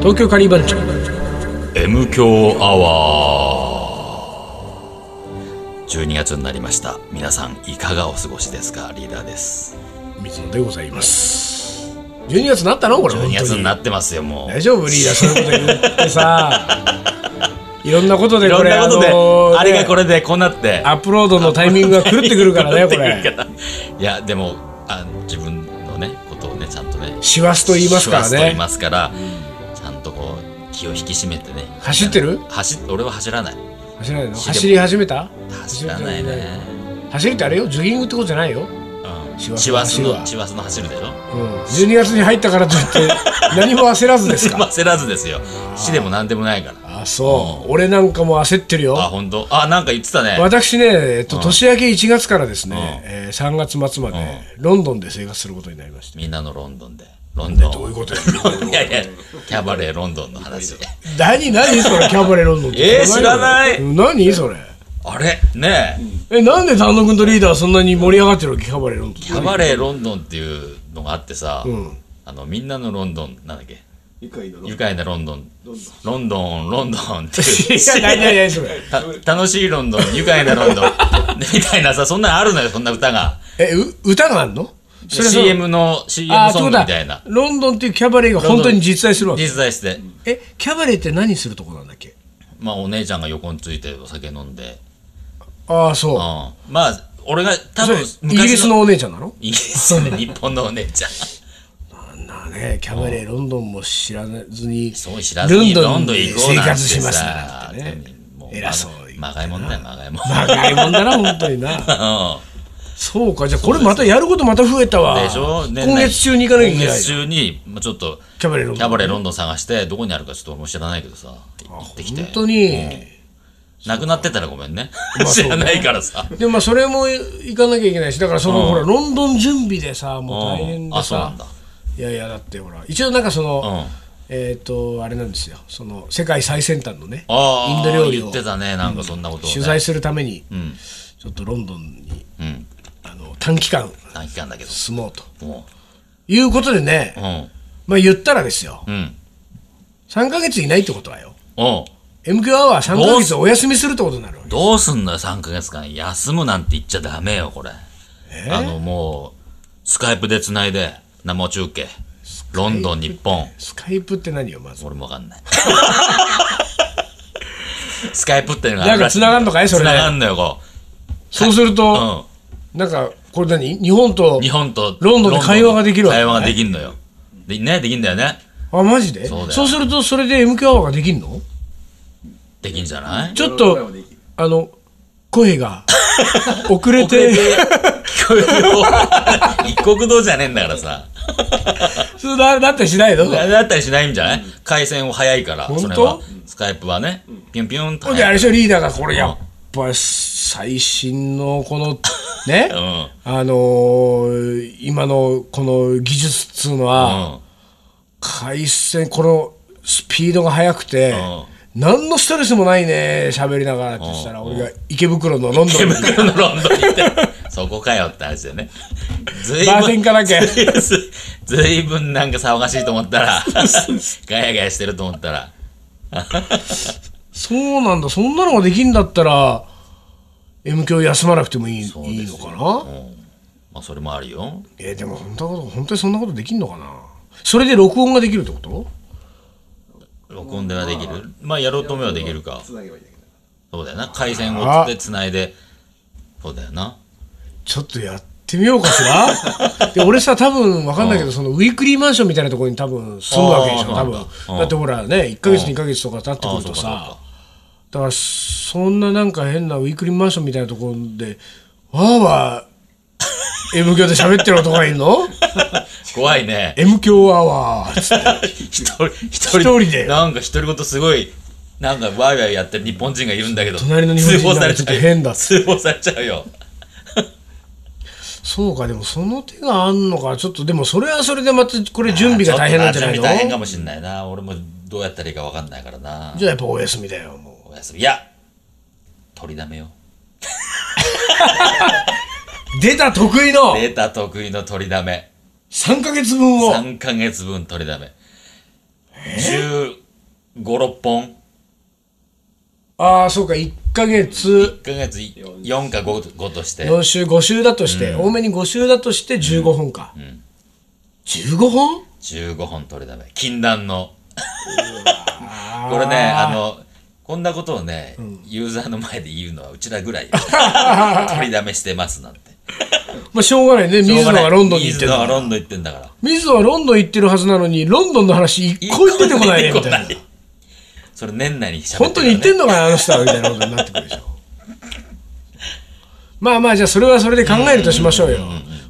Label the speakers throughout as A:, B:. A: 東京カリー番長
B: M 強アワー12月になりました皆さんいかがお過ごしですかリーダーです
A: 水野でございます12月になったのこれ
B: 12月にな
A: 本
B: ってますよ
A: 当
B: も
A: に
B: う
A: 大丈夫リーダーそういうこと言ってさ いろんなことで
B: いろ
A: こ
B: ん
A: れ
B: なことで、
A: の
B: あれが
A: ね
B: これでこうなって
A: アップロードのタイミングが狂ってくる からねこ
B: 狂ってく
A: れ
B: るからいやでもあ自分のねことをねちゃんとね
A: 師走と言いますから
B: 師走と言い
A: ね
B: ますからちゃんとこう気を引き締めてね
A: 走ってる
B: 走俺は走らない
A: 走らないの走り始めた
B: 走らないね
A: 走るってあれよジョギングってことじゃないよ、
B: うん師
A: 師走
B: 走
A: の
B: の師走の走るでしょ
A: うん、12月に入ったからといって何も焦らず ですか
B: 焦らずですよ死でも何でもないから
A: あそう、俺なんかもう焦ってるよ
B: あ、本当。あ、なんか言ってたね。
A: 私ね、えっと、年明け1月からですね、えー3月末までロンドンで生活することになりまして、
B: みんなのロンドンで。ロンドン。
A: どういうことや
B: いやいや、キャバレーロンドンの話。
A: 何何それキャバレーロンドンって
B: えー知らない
A: うん何それ
B: あれねえ、
A: えなんで丹野君とリーダーはそんなに盛り上がってるわけキャバレーロ ンドン
B: キャバレーロンドンっていうのがあってさ
A: ん、
B: あの、みんなのロンドン、なんだっけ
C: 愉快だな。
B: 愉快なロンドン。ロンドン、ロンドンって
A: いや何
B: いう。
A: 何何それ
B: た楽しいロンドン、愉快なロンド ン。みたいなさ、そんなのあるのよ、そんな歌が。
A: えう歌があるのそれはその
B: CM の、
A: あ
B: CM
A: ーって
B: ソ
A: こと
B: ングみ
A: は
B: たいな。
A: ロンドンっていうキャバレーが本当に実在するわけ
B: 実在して。
A: えキャバレーって何するとこなんだっけ
B: まあ、お姉ちゃんが横についてお酒飲んで。
A: ああそう
B: うんまあ、俺が多
A: それ
B: 分
A: イギリスのお姉ちゃんなの
B: イギリスの日本のお姉ちゃん。
A: なあねキャバレーロンドンも知らずに
B: そう知らずにロンドン
A: で
B: 行こうなんてさ
A: 生活しますなんてね
B: も
A: 偉そうに
B: まがいもんだよ、まがいもん。
A: 長いもんだな本当に な
B: う
A: そうかじゃあこれまたやることまた増えたわ
B: んでしょ年
A: 今
B: 内
A: 月中に行かなきゃいけ
B: 今
A: ない
B: 月中に、まあちょっと、
A: キャバレーロンドン
B: キャバレーロンドン探して、どこにあるかちょっと俺も知らないけどさ、行ってきて。
A: 本当に
B: なくなってたらごめんね
A: まあ。そう
B: 知
A: ね
B: らないからさ。
A: でもまあそれも行かなきゃいけないしだからそのほらロンドン準備でさもう大変
B: うん
A: で
B: あそうな
A: さ
B: んだ
A: いやいやだってほら一応なんかそのえっとあれなんですよその世界最先端のね
B: ああ、
A: インド料理
B: 言
A: を
B: ってたね、なんかそんなことをね。
A: 取材するために
B: うん。
A: ちょっとロンドンに
B: うん。
A: あの短期間
B: 短期間だけど。
A: 住もうと
B: も
A: いうことでね
B: う。うん。
A: まあ言ったらですよ
B: うん。
A: 3ヶ月いないってことはよ
B: おう
A: MQ アワー3ヶ月お休みするってことになるわけ
B: どうすんのよ、3ヶ月間。休むなんて言っちゃダメよ、これ。
A: え
B: あの、もう、スカイプで繋いで、生中継。ロンドン、日本。
A: スカイプって何よまず
B: 俺もわか んない。スカイプっていうのが
A: なんか繋がんのかいそれ
B: 繋がんのよ、こ
A: そうする
B: う。
A: と
B: う
A: なんかこれ何日本と
B: ん。日本と。
A: ロンドンで会話ができるわけ
B: 会話ができんのよ。で、ね、できんだよね。
A: あマジで
B: そうだよ
A: そうするとそれで MQ アワーができんの
B: できんじゃない
A: ちょっとあの声 が遅れて
B: 聞こえるよ一国道じゃねえんだからさ。
A: そうだだってしないのほ
B: だったりしないんじゃない回線を早いから、
A: 本当
B: それは。スカイプはね、ピュンピュンと
A: んであれ
B: 早い。
A: でしょリーダーがこれやっぱ最新のこ のね
B: うん。
A: あのー今のこの技術っつうのは、回線このスピードが速くて、何のストレスもないね喋りながらってしたら、俺が池袋のロンド
B: 池
A: ンに
B: 袋のロンドンに行って、 そこかよって話だよね。ずいぶん
A: バーテンかなんかや
B: ずいぶん ずいぶんなんか騒がしいと思っ たら、ガヤガヤしてると思ったら、
A: そうなんだそんなのができんだったら M 響休まなくてもいいいいのかな、
B: まあそれもあるよ。
A: えーでも本当のこと本当にそんなことできんのかなそれで録音ができるってこと
B: 録音ではできる。まあやろうと思えばできるか。
C: つなげばいいんだけど。
B: そうだよな。回線をつって繋いで、そうだよな。
A: ちょっとやってみようかし らで俺さ多分わかんないけどそのウィークリーマンションみたいなところに多分住むわけでしょ
B: あー
A: 多分
B: うん
A: だってほらね1ヶ月2ヶ月とか経ってくると
B: あーそうかそう
A: さだからそんななんか変なウィークリーマンションみたいなところでわーわー M 響で喋ってる男がいるの
B: 怖いね。
A: ?M 響アワーっつって
B: 一人、一
A: 一人で
B: なんか独り言すごい、なんかワイワイやってる日本人がいるんだけど、
A: 隣の日本人
B: 通報されち
A: なんか
B: ゃ
A: ちょ
B: う
A: っと変だっ
B: 通報されちゃうよ。
A: そうかでもその手があんのかちょっとでもそれはそれでまたこれ準備が大変なんじゃない
B: ち
A: の
B: ょっと準備大変か
A: じ
B: もしんないな。俺もどうやったらいいかわかんないからな。
A: ゃあやっぱお休みだよもう。
B: おやすみ。いや取りだめよ。
A: 出た得意の
B: データ得意の取りだめ。
A: 3ヶ月分を
B: 3ヶ月分取りだめ。10 5、6本
A: ああ、そうか、1ヶ月、
B: ?1 ヶ月4か 5, 5として。
A: 4週、5週だとして、多めに5週だとして15本か。15本
B: 15本取れため。禁断の。これね、あの、こんなことをね、ユーザーの前で言うのはうちらぐらい よ取りだめしてますなんて。
A: まあ、しょうがないね。水野がロンドンに行ってる
B: 水野。はロンドン行ってんだから。
A: 水野はロンドン行ってるはずなのに、ロンドンの話一個も出てこないね、みたいな。
B: 出てこないそれ年内に喋
A: 本当に言って
B: る
A: んのかな、あの人は、みたいなことになってくるでしょ。まあまあ、じゃあそれはそれで考えるとしましょうよ。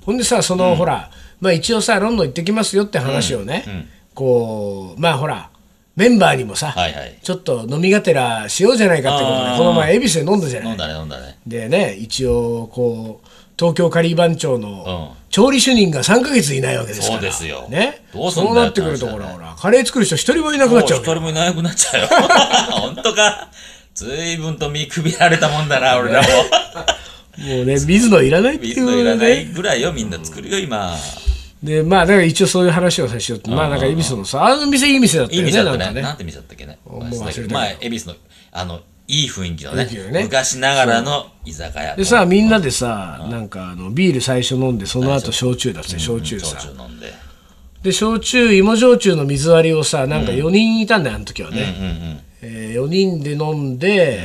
A: ほんでさ、その、ほら、まあ一応さ、ロンドン行ってきますよって話をね、こう、まあほら、メンバーにもさ、
B: はいはい
A: ちょっと飲みがてらしようじゃないかってこと
B: あ
A: で、
B: ー
A: この前、恵比寿で飲んだじゃ
B: 飲
A: なんい。
B: だね、飲んだね。
A: でね、一応、こう、東京カリー番長
B: う
A: の
B: ん
A: 調理主任が3か月いないわけですから、
B: そうですよ
A: ね、
B: どうすんだ
A: そ
B: よ
A: うなってくると、
B: って
A: ほ
B: 話だ
A: ら、
B: よね
A: ほら、カレー作る人一人もいなく
B: もう
A: なっちゃ
B: 一
A: うわけよ
B: 人もいなくなっちゃうよ。 本当か。随分と見くびられたもんだな、俺らも。
A: もうね、水野いらないってい
B: 水野いうらな
A: ね
B: い。ぐらいよ、みんな作るよ、今。
A: で、まあ、だから一応そういう話をさせようって、まあ、なんか、恵比寿のさ、あの店いい店だった
B: いい
A: よね、
B: 店だ
A: な
B: っ
A: ん
B: た
A: か
B: ね。
A: ね
B: な。んて店だったっけね。
A: もう忘れたけど
B: まあ、恵比寿の、あの、いい雰囲気の
A: 雰
B: ね
A: 囲気のね。
B: 昔ながらの居酒屋。
A: でさ、みんなでさ、なんか、あの、ビール最初飲んで、その後焼酎だって、焼酎
B: 焼
A: さ。
B: 酎飲んで。
A: で、焼酎、芋焼酎の水割りをさ、なんか4人いたんだよ、あの時は
B: うん
A: ね。
B: うん。
A: え4人で飲んで、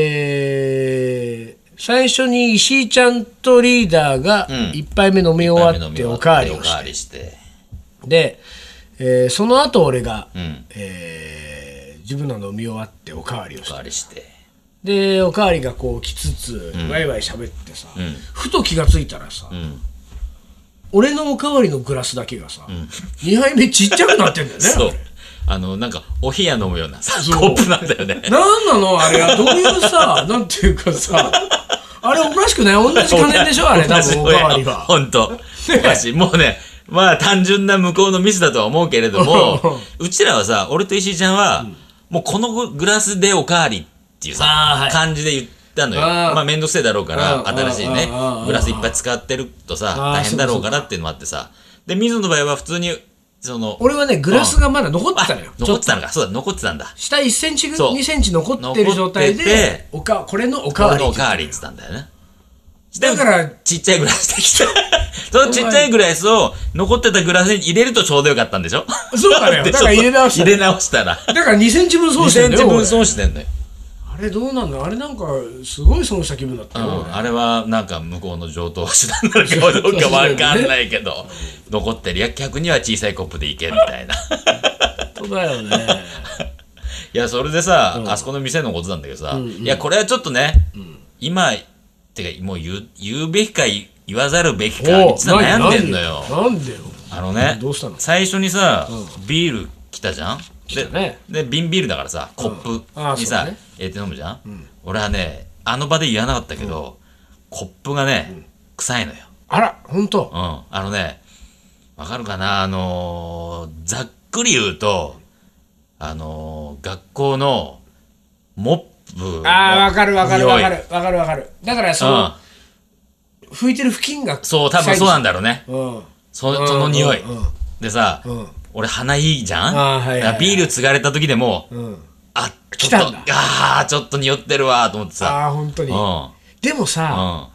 A: で、最初に石井ちゃんとリーダーが1杯目飲み終わっておかわりを
B: おか
A: し
B: わりして。
A: て、で、えーその後俺が、
B: うん。
A: えー自分の飲み終わっておかわりを
B: お
A: し
B: か
A: て
B: わりして。
A: でおかわりがこう来つつ、ワイワイ喋ってさ、
B: ん
A: ふと気がついたらさ、
B: ん
A: 俺のおかわりのグラスだけがさ、二2杯目ちっちゃくなってんだよね
B: そう
A: あれ。
B: あの、なんか、お冷や飲むようなさ、コップなんだよね。
A: なんなのあれはどういう さなんていうかさあれおかしくない同じ金でしょあれ多分おかわりが
B: ほんと。おかしい。もうね、まあ単純な向こうのミスだとは思うけれ ども、うちらはさ、俺と石井ちゃんは、もうこのグラスでおかわりっていうさ、
A: あーはい
B: 感じで言ったのよ。
A: あー
B: まあめんどくせえだろうから、
A: うん
B: 新しいね
A: うんうんうん、
B: グラスいっぱい使ってるとさ、
A: あー
B: 大変だろうからっていうのもあってさ、で、水野の場合は普通に、その、
A: 俺はねグラスがまだ残ってたのよ、ち
B: 残
A: ょ
B: っ
A: ってと
B: たのか、そうだ、残ってたんだ。
A: 下1センチぐ
B: そう
A: 2センチ残ってる状態で
B: 残ってて
A: おかこれのおかわ
B: 俺
A: り
B: のおかわりって言ったんだよね。
A: だから
B: ちっちゃいグラスできた。 そのちっちゃいグラスを残ってたグラスに入れるとちょうどよかったんでしょ
A: そうだよ
B: で
A: だから入れ直した
B: 入れ直したら。
A: だから2センチ分損
B: 2
A: して
B: セ
A: ん
B: ン
A: だ
B: チ
A: よ俺
B: 分損してんのよ。
A: あれどうなんだあれなんかすごい損した気分だった
B: う
A: よ、
B: ん、あれはなんか向こうの上等手段なのかどうかわかんないけど、残ってるや客には小さいコップでいけみたい な。
A: 本当だよね
B: いや、それでさ、あそこの店のことなんだけどさ、いや、これはちょっとね、今、てかもう言う言うべきか言わざるべきか、実は悩んでんのよ。
A: なんでよ
B: あのね、
A: どうしたの
B: 最初にさ、ビール来たじゃん
A: 来たね
B: で、で瓶ビールだからさ、コッ
A: あー
B: プにさ、
A: そうね
B: 入れて飲むじゃん、俺はね、あの場で言わなかったけど、コップがね、臭いのよ。
A: あら本当
B: うん。あのね、わかるかなあのーざっくり言うと、あのー学校のモップの
A: ああわかるわかる
B: 匂
A: わ
B: い
A: かるわかるわかるだからそ
B: うん
A: の、。拭いてる布巾が
B: そう、多分そうなん
A: だ
B: だろうね。
A: うん
B: そその匂い。
A: うんうん
B: でさ、
A: ん
B: 俺鼻いいじゃん、
A: あーはいはいはい
B: だからビール継がれた時でも、
A: うん
B: あ、
A: 来
B: ちょったと
A: んだ
B: あーちょっと匂ってるわーと思ってさ。
A: ああ本当
B: うん。
A: に
B: うん。
A: でもさ
B: あ、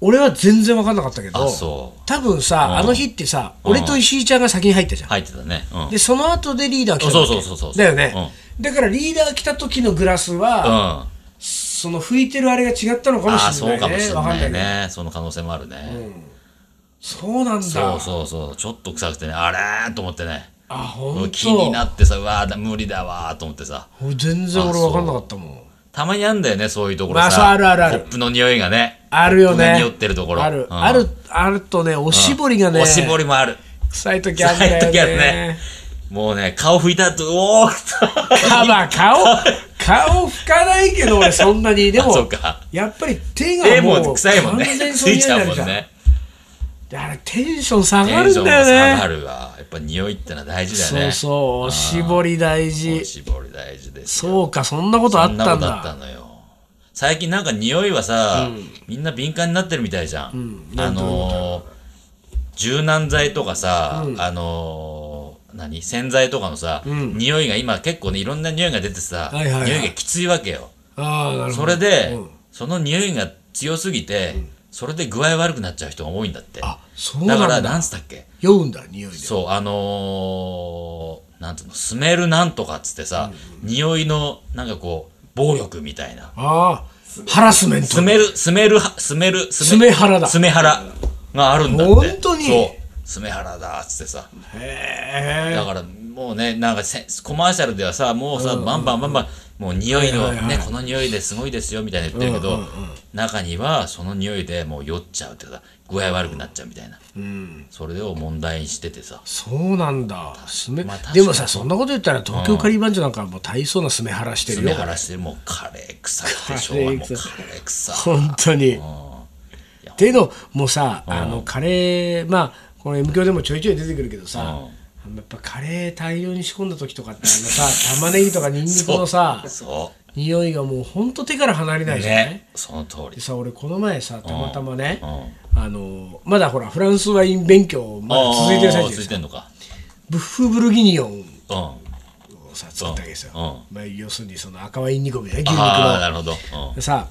A: 俺は全然分かんなかったけど
B: そう。
A: 多分さあの日ってさ俺と石井ちゃんが先に入ったじゃん
B: 入ってたね。うん。
A: でその後でリーダー来たんだっけ
B: そうそうそうそう
A: だよねだからリーダー来た時のグラス
B: うん。
A: は
B: あ
A: その拭いてるあれが違ったのかも
B: あー、
A: し
B: そ
A: れ
B: うか
A: ない
B: もし
A: ね
B: れ
A: わかん
B: な
A: ない
B: い
A: ね
B: ね。その可能性もあるね。
A: そうなんだ
B: そうそうそう。ちょっと臭くてね、あれーと思ってね。
A: あ本
B: 気に
A: 当
B: なってさ、うわーだ、無理だわーと思ってさ。
A: 全然俺分かんなかったもん
B: たまにあんだよね、そういうところ
A: まあそう
B: さ。
A: あるあるある
B: コップの匂いがね。
A: あるよね
B: コップの匂ってるところ。
A: ある
B: うん
A: あるあるとねおしぼりがね
B: おしぼりもある。
A: 臭い時あるん
B: 臭い
A: だよ
B: 時ある
A: ね
B: ね。もうね、顔拭いた後、おー
A: カバー顔顔拭かないけど俺そんなにで
B: あそ
A: も
B: うか
A: やっぱり手
B: で
A: がもう
B: も臭いもんね。
A: 完全にそ
B: つ
A: の匂
B: い
A: いに
B: ち
A: な
B: ゃう
A: る
B: もん
A: じゃん、
B: ね。
A: であれテンション下
B: テ
A: が
B: ン
A: る
B: ショ
A: ん
B: ンも
A: だよ
B: 下が
A: ね
B: るわ。やっぱ匂いってのは大事だよ
A: そう
B: ね。
A: そうおしぼり大
B: お
A: 事
B: しぼり大事ですよ。
A: そうかそんなことあ
B: そ
A: っ
B: んな
A: た
B: こ
A: ん
B: とあった
A: だ
B: のよ。最近なんか匂いはさ、みんな敏感になってるみたいじゃん。あのー、柔軟剤とかさ、あのー、何洗剤とかのさ、匂いが今結構ねいろんな匂いが出てさ、
A: はいはいはい
B: 匂いがきついわけよ
A: ああなるほ
B: そ
A: ど
B: れで、その匂いが強すぎて、それで具合悪くなっちゃう人が多いんだって
A: あそうな
B: だ
A: んだ
B: からなんつったっけ
A: 酔うんだ匂いで
B: そうあのー、なんつうのスメルなんとかっつってさ、匂いのなんかこう暴力みたいな
A: ああハラスメント
B: スメルスメルはスメルス
A: スメハラだ
B: スメハラがあるんだって
A: 本当に
B: そうスメハラだっつってさ
A: へえ
B: だからもうねなんかせコマーシャルではさもうさ、バンバンバンバンもう匂いの、
A: はいはいはい
B: ねこの匂いですごいですよみたいな言ってるけど、中にはその匂いでもう酔っちゃうっていうか具合悪くなっちゃうみたいな、それを問題にしててさ
A: そうなんだスメ、
B: まあ確かに
A: でもさそんなこと言ったら東京カリバンジョなんかもう大層なスメハラして
B: ス
A: る
B: メ
A: よ
B: ハラしてもうカレー臭くてしょうがないもうカレー臭
A: 本当に
B: や
A: っていうのもさあのカレーまあこの M 響でもちょいちょい出てくるけどさあのやっぱカレー大量に仕込んだ時とかってあのさ玉ねぎとかニンニクのさ
B: そ
A: 匂いがもうほんと手から離れな
B: う
A: いじゃない、
B: ねその通
A: で
B: り
A: さ俺この前さたまたまね
B: う
A: あのまだほらフランスワイン勉強まだ続いてる最中
B: あー
A: で
B: 続い
A: す
B: てんのか
A: ブッフブルギニオン
B: うん
A: をさ作ったわけですよ、
B: うんうん
A: まあ、要するにその赤ワイン煮込みだね牛肉
B: ああ
A: の
B: なるほど、うん
A: でさ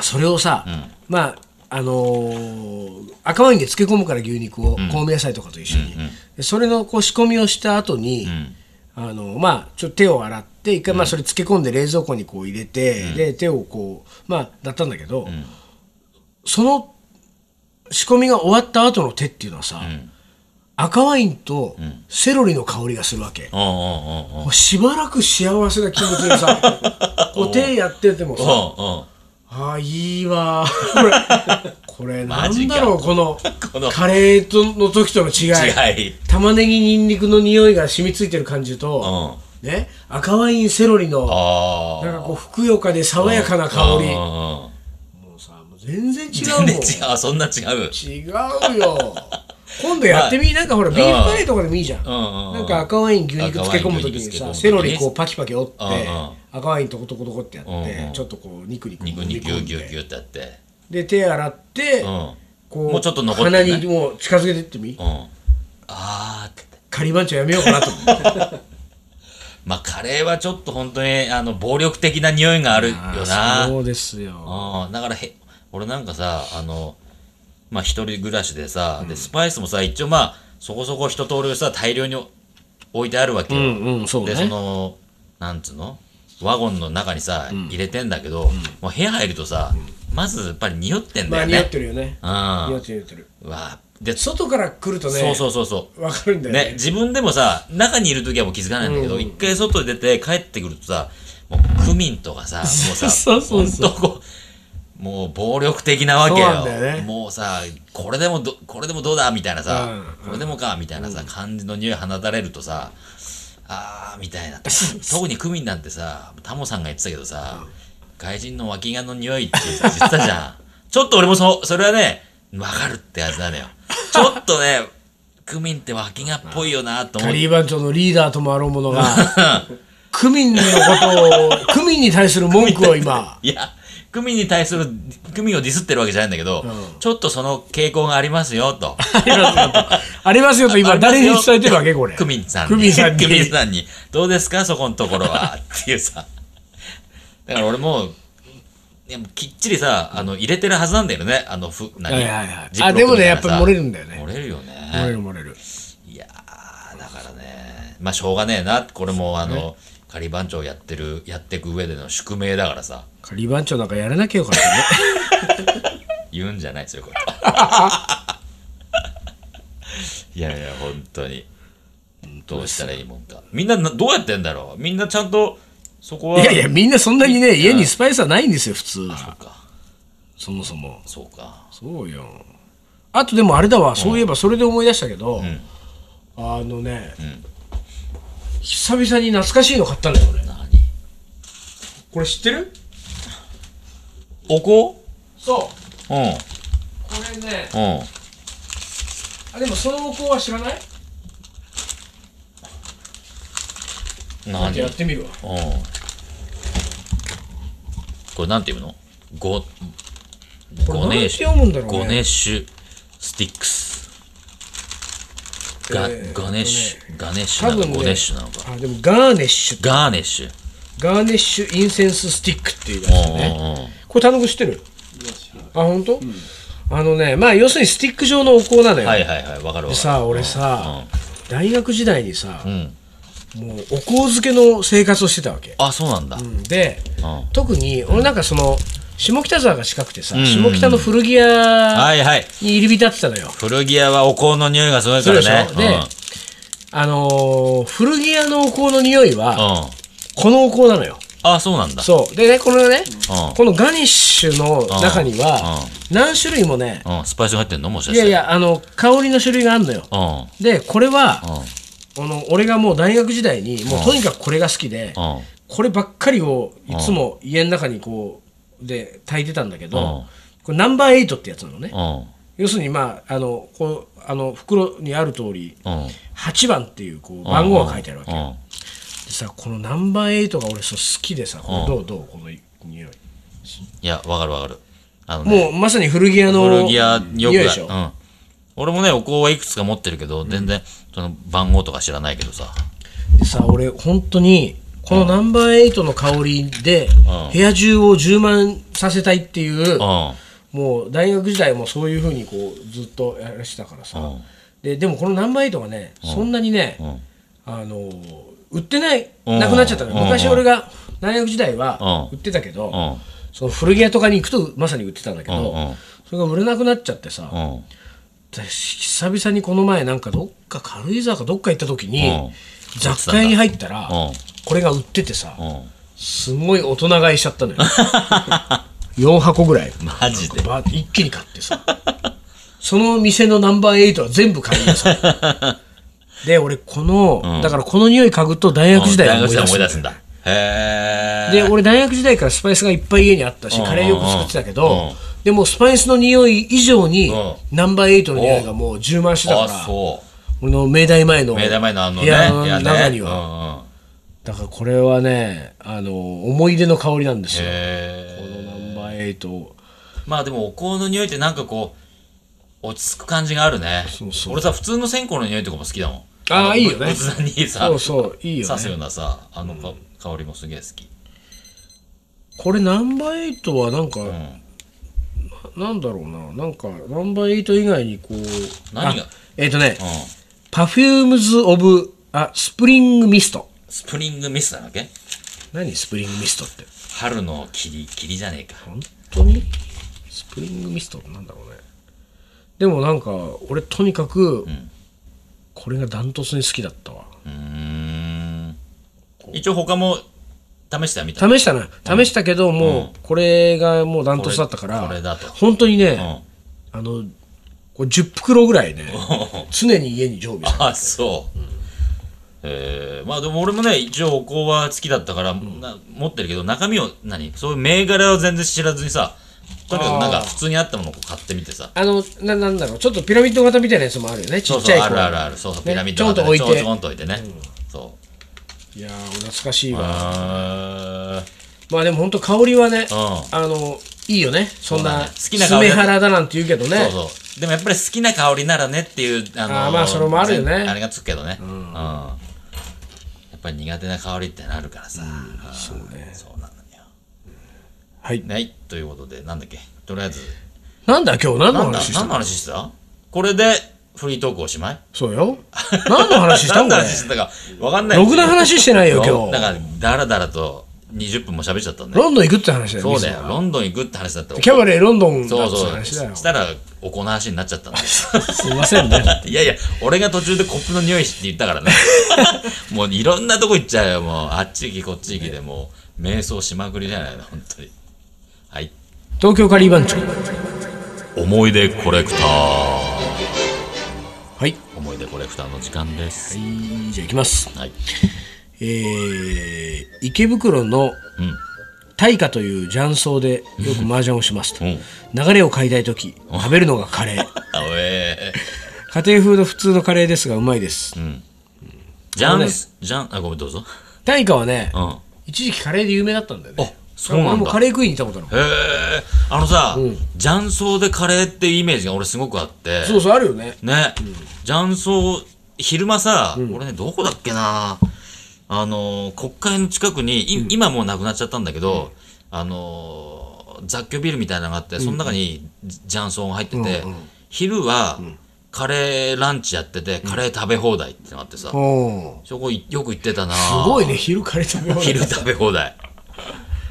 A: それをさ、まああのー赤ワインで漬け込むから牛肉を、香味野菜とかと一緒に、でそれのこう仕込みをした後に、あのまあちょっと手を洗って一回まあそれ漬け込んで冷蔵庫にこう入れて、で手をこうまあだったんだけど、その仕込みが終わった後の手っていうのはさ、赤ワインとセロリの香りがするわけ、
B: うんうんうんうん
A: もうしばらく幸せな気持ちで さこう手やっててもさ、
B: うんうん
A: あーいいわー これこれな
B: マジ
A: ん
B: か
A: だろうこの
B: この
A: カレーとの時との違い
B: 違い
A: 玉ねぎにんにくの匂いが染みついてる感じと、ね、赤ワインセロリの
B: ああ
A: なんかこうふくよかで爽やかな香りもうさもう全然違うもん
B: 全然違うそんな違う
A: 違うよ今度やってみ、なんかほらビーフカレーとかでもいいじゃん、
B: んうん
A: なんか赤ワイン牛肉漬け込む時に
B: 赤ワイン牛肉漬け込む時
A: さ
B: に
A: セロリこうパキパキ折って、
B: うんうん
A: 赤ワイントコトコトコってやって、
B: うんうん
A: ちょっとこう肉にこう
B: 肉にぎゅ
A: 込
B: うんぎゅう
A: で
B: ぎゅうってやって
A: で手洗って、
B: うん
A: こう
B: もうちょっと残ってるね
A: 鼻にもう近づけてってみ、
B: うんああーって
A: カリバンチョやめようかなと思って
B: まあカレーはちょっと本当にあの暴力的な匂いがあ るよな
A: そうですよ
B: うんだからへ俺なんかさあのまあ一人暮らしでさ、でスパイスもさ一応まあそこそこ一通りさ大量に置いてあるわけ
A: う
B: よ、
A: んうんそう
B: でそ
A: ね
B: のなんつうのワゴンの中にさ、入れてんだけど、もう部屋入るとさ、まずやっぱり匂ってん
A: ま
B: だ
A: あ
B: よ
A: 匂っ
B: ね、
A: てるよね
B: う
A: 匂
B: ん
A: ってる匂ってる
B: うわで、
A: 外から来るとね
B: そうそうそうそ
A: わかるんだ
B: う
A: よね
B: ね自分でもさ中にいる時はもう気づかないんだけど、一回外出て帰ってくるとさもうクミンと かさもうさ
A: そうそうそう
B: ほんとこうもう暴力的なわけよ
A: そうなんだよね
B: もうさこれでもどこれでもどうだみたいなさ、
A: うん
B: これでもかみたいなさ、感じの匂い放たれるとさあーみたい な特にクミンなんてさタモさんが言ってたけどさ、外人の脇がの匂いって言ってたじ ゃんちょっと俺もそそれはね分かるってやつ なのよちょっとねクミンって脇がっぽいよなと思
A: カ
B: って
A: リバンチョのリーダーともあろうも のがクミンのことをクミンに対する文句を今
B: いやクミンに対するクミンをディスってるわけじゃないんだけど、ちょっとその傾向がありますよと。
A: ありますよと今誰に伝えてるわけこれ
B: クミンさんに。
A: クミンさんに
B: クミンさんにどうですかそこのところは。っていうさ。だから俺もう、いやもうきっちりさ、あの、入れてるはずなんだよね。あの、ふ、何
A: はいはいはい
B: ジップロッ
A: あ
B: ク
A: でもね
B: みたいな
A: やっぱ
B: さ
A: 漏れるんだよね
B: 漏れるよ
A: 漏れ
B: ね。
A: る漏れる
B: いやー、だからね。まあ、しょうがねえな。これも、あの、仮番長やってる、やってく上での宿命だからさ。
A: カリバンチョなんかやらなきゃよかったね
B: 言うんじゃないですよ、これ。 いやいや、本当に。どうしたらいいもんか。みんななどうやってんだろうみんなちゃんと、そ こは。
A: いやいや、みんなそんなにね、家にスパイスはないんですよ、普通は。
B: そうか。
A: そもそも。
B: そうか。
A: そうよ。あとでもあれだわ、そういえばそれで思い出したけど、あのね、久々に懐かしいの買ったんだよ、俺。
B: 何
A: これ知ってる
B: おこ
A: そう。
B: うん。うん。
A: これね、あ、でもそのお香は知らない
B: 何
A: やっ
B: うん。
A: てみるわ。
B: これなんていうのご、
A: これ
B: ご
A: なん
B: ね
A: て
B: し
A: 読むんだろう
B: ご
A: ね。
B: ねしゅスティックス。
A: って
B: ガガネッシュ、ガネッシュ
A: 多
B: なのか、
A: 分ね
B: ゴネッシュなのか。
A: あでもガーネッシュ
B: ガーネッシュ。
A: ガーネッシュインセンススティックっていうやつだね
B: うんうんうん
A: これ田中知ってるあ本当、あのねまあ要するにスティック状のお香なのよ、
B: はいはいはい、
A: で
B: わかるわかる。
A: さ俺さ、大学時代にさ、
B: ん
A: もうお香漬けの生活をしてたわけ
B: あ、そうなんだ。
A: で、
B: ん
A: 特に俺なんかその下北沢が近くてさ、
B: んうん
A: 下北の古着屋
B: はいはい。
A: に入り浸ってたのよ、
B: 古着屋はお香の匂いがすごいからね。
A: そうでしょねあのー古着屋のお香の匂いは、
B: うん。うん。
A: このお香なのよ
B: あ、そうなんだ。
A: そうでねこのね、
B: ん
A: このガニッシュの中には、何種類もね、
B: うん。スパイスが入ってんのもしか
A: い
B: して。
A: やいやあの香りの種類があるのよ
B: うん。うん。
A: でこれは、
B: うん。
A: あの俺がもう大学時代にもうとにかくこれが好きで、
B: うん。
A: こればっかりをいつも家の中にこうで炊いてたんだけど、これナンバー8ってやつなのね、
B: うん。
A: 要するにまああのこうあの袋にある通り
B: うん。
A: 8番っていうこう番号が書いてあるわけ、
B: うん。
A: でさこのナンバー8が俺そう好きでさこれどうどうこの匂い
B: いや、わかるわかる。あの
A: も
B: ね、
A: うまさに古着屋の
B: 古着屋よ
A: 匂
B: く
A: い
B: あ
A: でしょ、
B: うん。俺もね、お香はいくつか持ってるけど、全然、その番号とか知らないけどさ。
A: でさ俺本当にこのナンバー8の香りで
B: ん
A: 部屋中を充満させたいっていう、
B: うん。
A: もう大学時代もそういうふうにこうずっとやらしてたからさ、
B: うん
A: ででもこのナンバーエイトがね、そんなにね、
B: ん
A: あのー売ってない、
B: うん
A: なくなっちゃったのよ
B: うん
A: 昔俺が大学時代は
B: う
A: 売
B: ん
A: ってたけど、
B: うん。
A: その古着屋とかに行くとまさに売ってたんだけど、
B: うんうん
A: それが売れなくなっちゃってさ、
B: うん。
A: で久々にこの前なんかどっか軽井沢かどっか行った時に、
B: うん
A: 雑貨屋に入ったら、
B: うん
A: これが売っててさ、
B: うん。
A: すごい大人買いしちゃったのよ 4箱ぐらい。
B: マジで。
A: バーって一気に買ってさ その店のナンバー8は全部買いました で俺この、だからこの匂い嗅ぐと大学時代を思
B: 大
A: い
B: 学
A: 出
B: 時
A: す,、
B: 代思い出すんだ。へー。
A: で俺大学時代からスパイスがいっぱい家にあったし、
B: うん
A: カレーよく作ってたけど、
B: うん
A: でもスパイスの匂い以上に、
B: う
A: ナンバー8の匂いがもう充満してたか
B: あ、
A: ら
B: そう。
A: 俺の明大前の
B: 目玉のあのね、
A: 部屋の中には、
B: は。
A: だからこれはねあの思い出の香りなんです
B: うんう
A: よ
B: んへ
A: こ
B: ー
A: のナンバー8を
B: まあでもお香の匂いってなんかこう、落ち着く感じがあるね。
A: そうそう
B: 俺さ、普通の線香の匂いとかも好きだもん。
A: あー
B: の
A: いいよね
B: 仏壇にさ、
A: そうそういいよね
B: 刺すようなさ、あのか、香りもすげえ好き。
A: これナンバーエイトはなんか、ななんだろうななんかナンバーエイト以外にこう
B: 何が
A: あえっ、とね、
B: うん。
A: パフュームズ・オブ・あスプリング・ミスト
B: スプリングミスなわけ
A: 何スプリング・ミストって
B: 春の霧、霧じゃねえか。
A: 本当にスプリング・ミストってなんだろうねでもなんか俺とにかく、これがダントツに好きだったわ
B: うーん。一応他も試してはみた。
A: 試したな試したけど、もうこれがもうダントツだったから
B: これこれだと
A: 本当に
B: う
A: ね、
B: ん。
A: あのこれ10袋ぐらいね 常に家に常備して
B: あそう、えーまあでも俺もね一応お香は好きだったから、な持ってるけど中身を何そういう銘柄を全然知らずにさとにかくなんか普通にあったものを買ってみてさ
A: あのななんだろうちょっとピラミッド型みたいなやつもあるよねち
B: そ
A: っ
B: う
A: ち
B: そ
A: ゃ
B: う
A: い子
B: あるあるあるそうそう
A: ね
B: ピラミッド
A: ちょんと
B: で
A: 置いて
B: ちょんと置いてね、そう
A: いやー懐かしいわ
B: あ
A: まあでも本当香りはね、
B: うん
A: あのいいよねそん
B: そうだ
A: な
B: ね
A: ス
B: 好きな香り
A: メ
B: だね
A: ハラだなんて言うけどね
B: ーそうそうでもやっぱり好きな香りならねっていうあのー
A: あーまあそれもあるよね
B: 全あれがつくけどねうん、やっぱり苦手な香りってなるからさ、そうねそうなのよ
A: はい
B: はいということでなんだっけとりあえず
A: なんだ今日何の
B: なんだ
A: 話した
B: 何の話してたこれでフリートークおしまい
A: そうよ何の話した
B: 何
A: ん
B: の
A: だ
B: 話してたか分かんない
A: ろくな話してないよ
B: ロン
A: 今
B: な
A: 日
B: んかダラダラと20分も喋っちゃったね
A: ロンドン行くって話だよ
B: そうだ
A: 水
B: よ
A: 野
B: ロンドン行くって話だったら
A: キャバレーロンドンだ
B: そう
A: って
B: そう
A: 話だよ
B: したらおこの話になっちゃったんだよ
A: すいませんね
B: いやいや俺が途中でコップの匂いしって言ったからね もういろんなとこ行っちゃうよもうあっち行きこっち行きでもう瞑想しまくりじゃないの本当にはい
A: 東京カリー番長
B: 思い出コレクター
A: はい
B: 思い出コレクターの時間です
A: じゃあ行きます
B: はい、
A: えー、池袋の
B: うん
A: 大化という雀荘でよく麻雀をしますと、
B: うん
A: 流れを買いたい時食べるのがカレ ー
B: あおえ
A: 家庭風の普通のカレーですがうまいです
B: ジャ
A: あの
B: ン、
A: ね
B: ジャン、あ、ごめん、どうぞ。
A: 大化はね、
B: うん。へ
A: 一時期カレーで有名だったんだよね
B: あそうなんだ
A: 俺もカレー食いに行ったことある
B: え。あのさ、雀荘でカレーってイメージが俺すごくあって。
A: そうそうあるよね
B: ね。雀荘昼間さ、俺ね、どこだっけなあのー、国会の近くに、い今もうなくなっちゃったんだけど、あのー、雑居ビルみたいなのがあって、その中にジャンソンが入ってて、昼は、カレーランチやってて、カレー食べ放題ってのがあってさ、
A: うん。
B: そこいよく行ってたな
A: すごいね、昼カレー食べ放題
B: 昼食べ放題。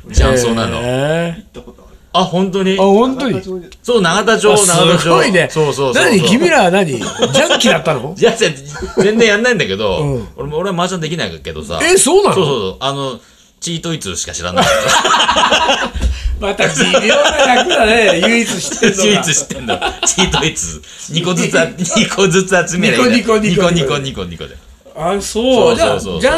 B: ジャンソンなの。
A: へ
C: たことある
B: あ、本当に
A: ーあ、本当に。
B: そう、永田町、
A: あ
B: 永田町。
A: すごいね。
B: そうそうそうそう。
A: 何君らは 何ジャンキーだったの
B: いや、じゃ全然やんないんだけど、
A: うん
B: 俺も、俺は麻雀できないけどさ。
A: えそうなの
B: そうそうそう。あの、チートイツしか知 らない。
A: また微妙な役だね。唯一知っ
B: チ
A: てるのが
B: ートイツ知ってんだ。チートイツ。2個 ずつ、2個ずつ集める。
A: ニコニコ
B: ニ
A: ニ
B: コ
A: コ
B: ニコニコで。
A: あ、そう。じゃあ、
B: そうそうそう
A: じゃあ、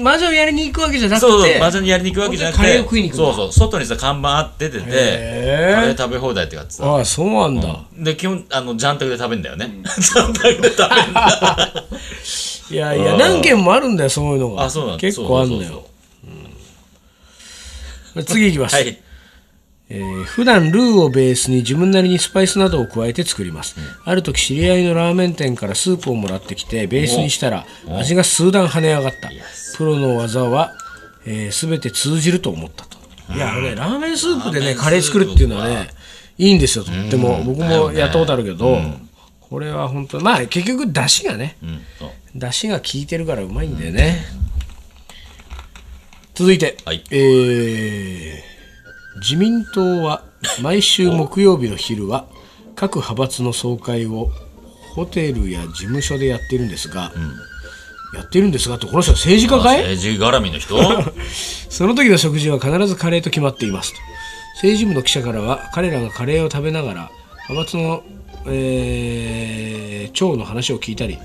A: マジをやりに行くわけじゃなくて。
B: そうそう、麻雀やりに行くわけじゃなくて。
A: 本当にカレーを食いに行くんだ
B: そうそう、外にさ、看板あっててて、カ
A: へー
B: レー食べ放題ってやってさ。
A: ああ、そうなんだ。
B: で、基本、あの、ジャンタクで食べんだよね。 ジャンタクで食べんだ。
A: いやいや、何件もあるんだよ、そういうのが。
B: あ、そうなんだ。
A: 結構あるんだ
B: そうそう
A: よ。次いきます。
B: そう。はい。
A: えー普段ルーをベースに自分なりにスパイスなどを加えて作ります、ある時知り合いのラーメン店からスープをもらってきてベースにしたら味が数段跳ね上がった
B: いやす
A: プロの技は、えー全て通じると思ったといやあのねラーメンスープでね
B: ラーメンスープ
A: カレー作るっていうのはねいいんですよとっても僕
B: だよ
A: も
B: ね
A: やったことあるけど、これは本当まあ結局出汁がね
B: うん、そう。
A: 出汁が効いてるからうまいんだよね、続いて、
B: はい
A: えー自民党は毎週木曜日の昼は各派閥の総会をホテルや事務所でやってるんですが、やってるんですがってこの人は政治家かい
B: 政治絡みの 人
A: その時の食事は必ずカレーと決まっていますと政治部の記者からは彼らがカレーを食べながら派閥の、えー長の話を聞いたり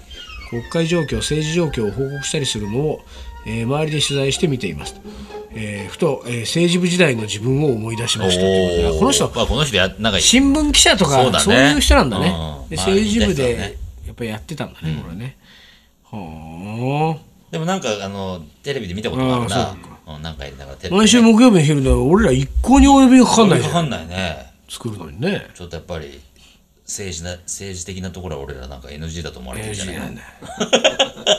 A: 国会状況政治状況を報告したりするのを、えー周りで取材して見ていますと、えーふと、えー政治部時代の自分を思い出しましたとい
B: お
A: や
B: お。
A: この人は
B: まあ、この人や、なんか、
A: 新聞記者と
B: そう
A: か
B: だね
A: そういう人なんだね
B: うん
A: で
B: まあいい
A: 政治部
B: ですよね
A: でやっぱりやってたんだね、これねはあ
B: でもなんか、あの、テレビで見たことがある
A: あー
B: な。うん、なんかやりながらテレビで。
A: 毎週木曜日の昼で俺ら一向にお呼びがかかんないじ
B: わ
A: ゃん
B: かんないね。
A: 作るのにね
B: ちょっとやっぱり、政治な、政治的なところは俺らなんか NG だと思われてるじゃない
A: NG なんだよ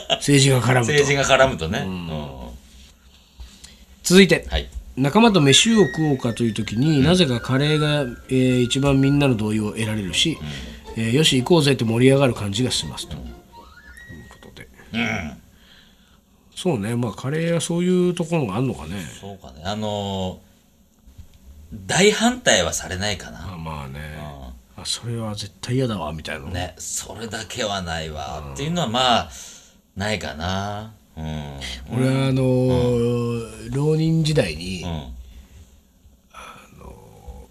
A: 政治が絡む
B: 政
A: と
B: 治が絡むとね。うん。
A: 続いて
B: はい。
A: 仲間と飯を食おうかという時に、なぜかカレーが、えー一番みんなの同意を得られるし、えーよし行こうぜって盛り上がる感じがしますと、いうことで
B: うん。
A: そうねまあカレーはそういうところがあるのかね
B: そうかね。あのー、大反対はされないかな。
A: あまあねあそれは絶対嫌だわみたいな、
B: ね、それだけはないわ。っていうのはまあ、ないかな。うん。
A: 俺はあのー浪人時代に、
B: うん。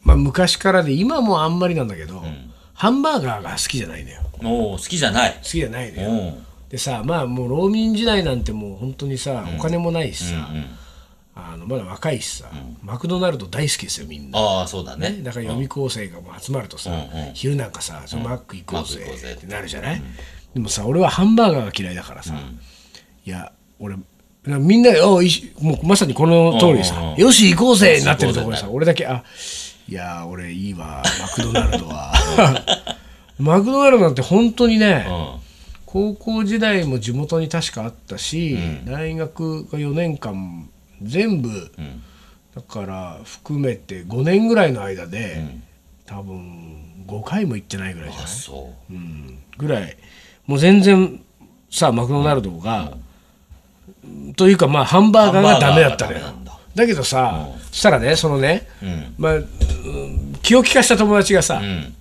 A: まあ昔からで今もあんまりなんだけど、
B: ん
A: ハンバーガーが好きじゃないのよ好
B: もう好きじゃない。
A: きじゃないの
B: う
A: よ、
B: ん。
A: でさまあもう浪人時代なんてもう本当にさ、お金もないしさ、
B: うん。
A: あのまだ若いしさ、マクドナルド大好きですよみんな
B: ああ、そうだね。
A: だから予備校生がもう集まるとさ、
B: うんうん
A: 昼なんかさ、そのマック行こうぜ
B: マック行こうぜ
A: ってなるじゃない、でもさ俺はハンバーガーが嫌いだからさ、いや俺なみんなでおういしもうまさにこの通りさ、
B: うんうんうん
A: よし行こうぜになってるところでさ
B: よ
A: 俺だけあいやー俺いいわマクドナルドは マクドナルドなんて本当にね、
B: うん。
A: 高校時代も地元に確かあったし、大学が4年間全部、
B: ん
A: だから含めて5年ぐらいの間で、多分5回も行ってないぐらいじゃ
B: あ、
A: ない、
B: そう。
A: うん、ぐらいもう全然さマクドナルドが、というかまあハンバーガーがダメだったのよ
B: ハンバーガーがダメなんだ
A: だけどさ、そしたらねそのね、
B: うん。
A: まあうん気を利かした友達がさ、
B: うん。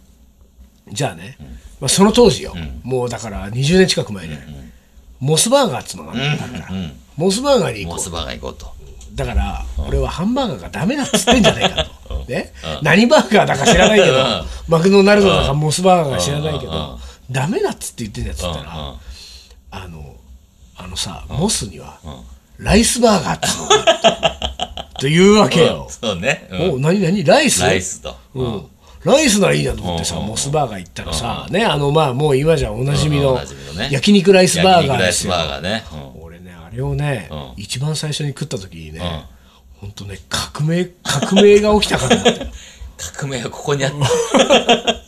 A: じゃあね、まあ、その当時よ、もうだから20年近く前に、モスバーガーっつうのがあったから、
B: うん。
A: モスバーガーに行
B: モ
A: こ
B: スバーガー行こうと。
A: うだから、俺はハンバーガーがダメだっつってんじゃないかと、ね何バーガーだか知らないけど、
B: うん
A: マクドナルドだかモスバーガーか知らないけど、
B: うんうん
A: ダメだっつって言ってんやつっ
B: う
A: つっ
B: ん。
A: た
B: う
A: ら、
B: ん。
A: あのあのさ、モスには、
B: う
A: ライスバーガーっつうのがあったというわけよ、
B: そうね。うん
A: お何何ライス
B: ライスと。
A: うん、ライスならいいなと思ってさ、モスバーガー行ったらさ、ね、あの、まあ、もう今じゃおなじみ
B: うんお
A: の
B: なじみのね
A: 焼肉ライスバーガ
B: 焼肉
A: ー
B: ラ
A: で
B: イス
A: すよ。
B: バーガーね。うん
A: 俺ね、あれをね、
B: う
A: 一番最初に食った時にね、本当ね、革命、革命が起きたかと思って、
B: 革命はここにあった。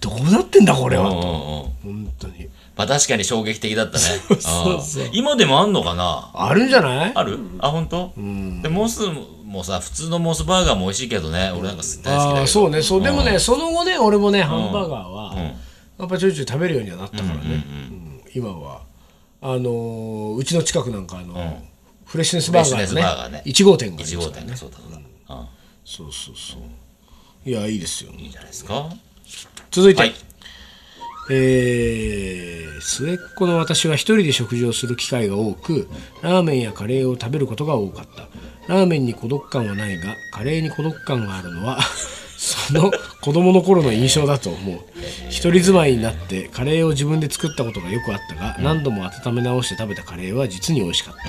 A: どうなってんだ、これ
B: うんう
A: は。
B: んうん
A: 本当に。
B: まあ確かに衝撃的だったね。
A: そうそう
B: うん今でもあんのかな
A: あるんじゃない
B: あるあ、本当？で、モスもさ、普通のモスバーガーも美味しいけどね、俺なんか大好きだけ
A: あ
B: ど。
A: あそうねそうでもねその後ね俺もねハンバーガーはやっぱちょいちょい食べるようにはなったからねうん今はあのーうちの近くなんかあのフレッシュネスバーガ
B: フレッシュネスバーガ
A: ー
B: ー
A: ね
B: ね
A: 1号店があり
B: 1
A: ま
B: 号
A: すから
B: 店
A: ね
B: ね、そうだそうだ。うん。い
A: そうそうそういやいいですよ
B: いんじゃないですかは
A: 続いて
B: い。
A: えー末っ子の私は一人で食事をする機会が多くラーメンやカレーを食べることが多かったラーメンに孤独感はないがカレーに孤独感があるのは その子供の頃の印象だと思う一人住まいになってカレーを自分で作ったことがよくあったが何度も温め直して食べたカレーは実に美味しかった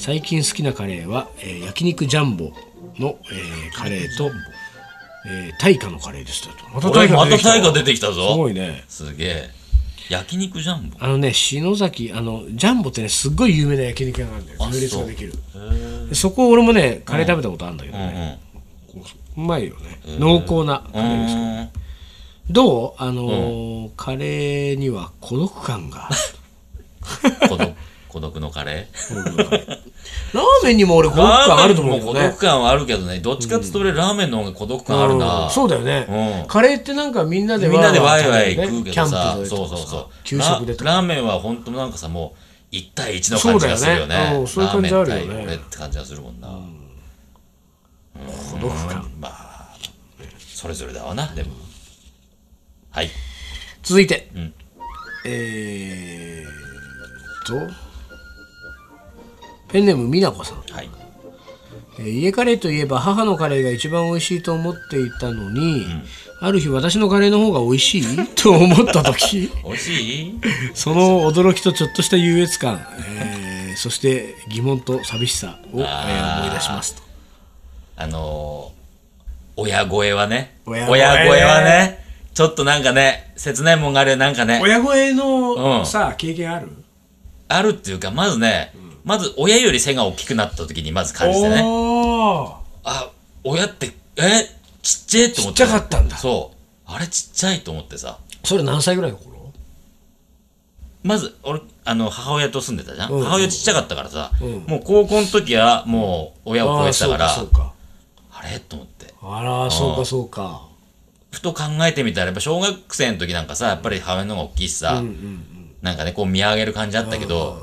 A: 最近好きなカレーは、えー焼肉ジャンボの、えーカレーと、えー、タイカのカレーでしたとま
B: 俺またタイ
A: カ
B: が出てきたぞ。
A: すごいね
B: すげえ。焼肉ジャンボ。
A: あのね、篠崎、あの、ジャンボってね、すっごい有名な焼肉屋があるんだよ。
B: あ
A: 行列
B: そ
A: が
B: う
A: できる。でそこ俺もね、カレー食べたことあるんだけど
B: うん
A: ね。うまいよね。濃厚なカレ
B: う
A: ーです。
B: ん。うん。
A: どうあのー、カレーには孤独感が。
B: 孤独、孤独のカレー
A: ラーメンにも俺孤独感あると思うんだ
B: ラーメンも
A: よね
B: 孤独。感はあるけどね、どっちかっていうと俺ラーメンの方が孤独感ある
A: う。
B: なん
A: そうだよね、
B: うん
A: カレーってなんかみんなで
B: みんなでワイワイ
A: 食べるよ
B: 食う
A: ね
B: け
A: キャ
B: ど
A: ンプ
B: さ、
A: でと
B: そう
A: か
B: そう
A: さ
B: そう。
A: 給食でと
B: ラ
A: か
B: ラーメンは本当なんかさ、もう1対1の感じがする
A: そ
B: よね。
A: うだよねうんそういう感じあるよね
B: ラーメン対俺って感じがするもんな。
A: 孤独感
B: まあ、それぞれだわな、でも。はい。
A: 続いて、
B: ん
A: えーっとペンネームみなこさん
B: はい。
A: えー家カレーといえば母のカレーが一番美味しいと思っていたのに、ある日私のカレーの方が美味しい と思った時
B: 美味しい
A: その驚きとちょっとした優越感、えーそして疑問と寂しさを、えー
B: あー
A: 思い出しますと
B: あのー、親声はね。
A: 親
B: 親
A: 声
B: 声はね、ちょっとなんかね、切ないもんがあるよ、なんかね。
A: 親声
B: う
A: の
B: ん
A: さ、経験ある
B: あるっていうか、まずね、まず親より背が大きくなった時にまず感じてね。
A: おー
B: あ、親って、えちっちゃいと思って。
A: ちっちゃかったんだ
B: そう。あれちっちゃいと思ってさ。
A: それ何歳ぐらいの頃
B: まず、俺、あの、母親と住んでたじゃん。
A: うん
B: 母親ちっちゃかったからさ、
A: うん
B: もう高校の時はもう親を超えてたから、
A: あーそうか
B: あれと思って。
A: そうかあらそうかそうか
B: ふと考えてみたら、やっぱ小学生の時なんかさ、やっぱり母親の方が大きいし
A: う
B: さ、
A: んうん
B: なんかね、こう見上げる感じあったけど、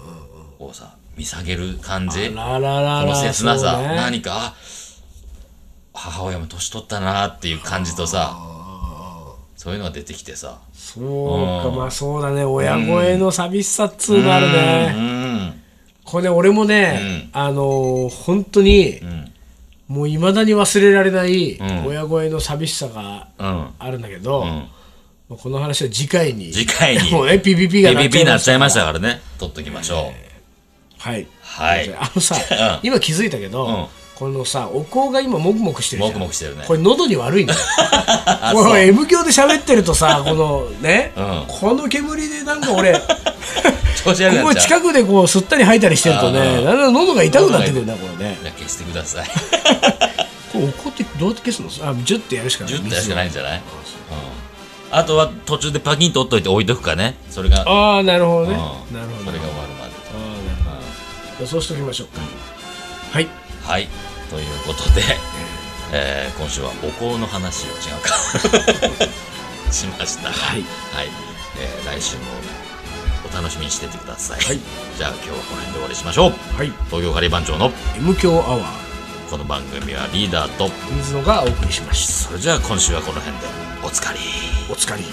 B: こうさ、見下げる感じ。
A: あらららら
B: この切なさ、
A: そうね
B: 何か、あ母親も年取ったなっていう感じとさ、そういうのが出てきてさ。
A: そうか、まあそうだね、親声の寂しさっつうのあるね。
B: ね。
A: これね、俺もね、あのー本当に
B: う、ん。
A: もういまだに忘れられない
B: ん
A: 親声の寂しさが
B: うん。
A: あるんだけど、
B: うん。
A: まあこの話は次回に。
B: 次回に、
A: もうね、PPP が
B: BBB になっちゃいまし
A: した
B: たからね。取っときましょう。
A: はい。
B: はい。
A: あのさ、
B: う
A: 今気づいたけど、
B: ん
A: このさ、お香が今、もくもくしてるじゃん。
B: もくもくしてるね
A: これ、喉に悪いん だよ。この M 響で喋ってるとさ、このね、
B: うん
A: この煙でなんか俺、
B: 調子悪く
A: こ
B: な
A: こ
B: っちゃう。
A: 近くでこう吸ったり吐いたりしてると
B: あ
A: ね、
B: ー
A: だんだん喉が痛くなってくるな、これね。
B: いや消してください。
A: これ怒ってどうやって消すの？あ、ジュってやるしかない。
B: 10ってやるしかないんじ
A: ゃ
B: ゃないうん。あとは途中でパキンと折っといて置いとくかね。それが、
A: ああー、なるほどね。
B: うん
A: なるほ
B: そ
A: ど。
B: れが
A: あ
B: 終わるまで
A: あー、なるほど。そうしときましょうか。はい。
B: と。はい。ということで、 えー今週はお香の話を違うか しました。
A: はい
B: はい、えー来週もお楽しみにしててください、
A: はい
B: じゃあ今日はこの辺で終わりにしましょう
A: はい。
B: 東京カリー番長の
A: M 強アワー
B: この番組はリーダーと
A: 水野がお送りしました。
B: それじゃあ今週はこの辺でおつかり
A: お疲れ。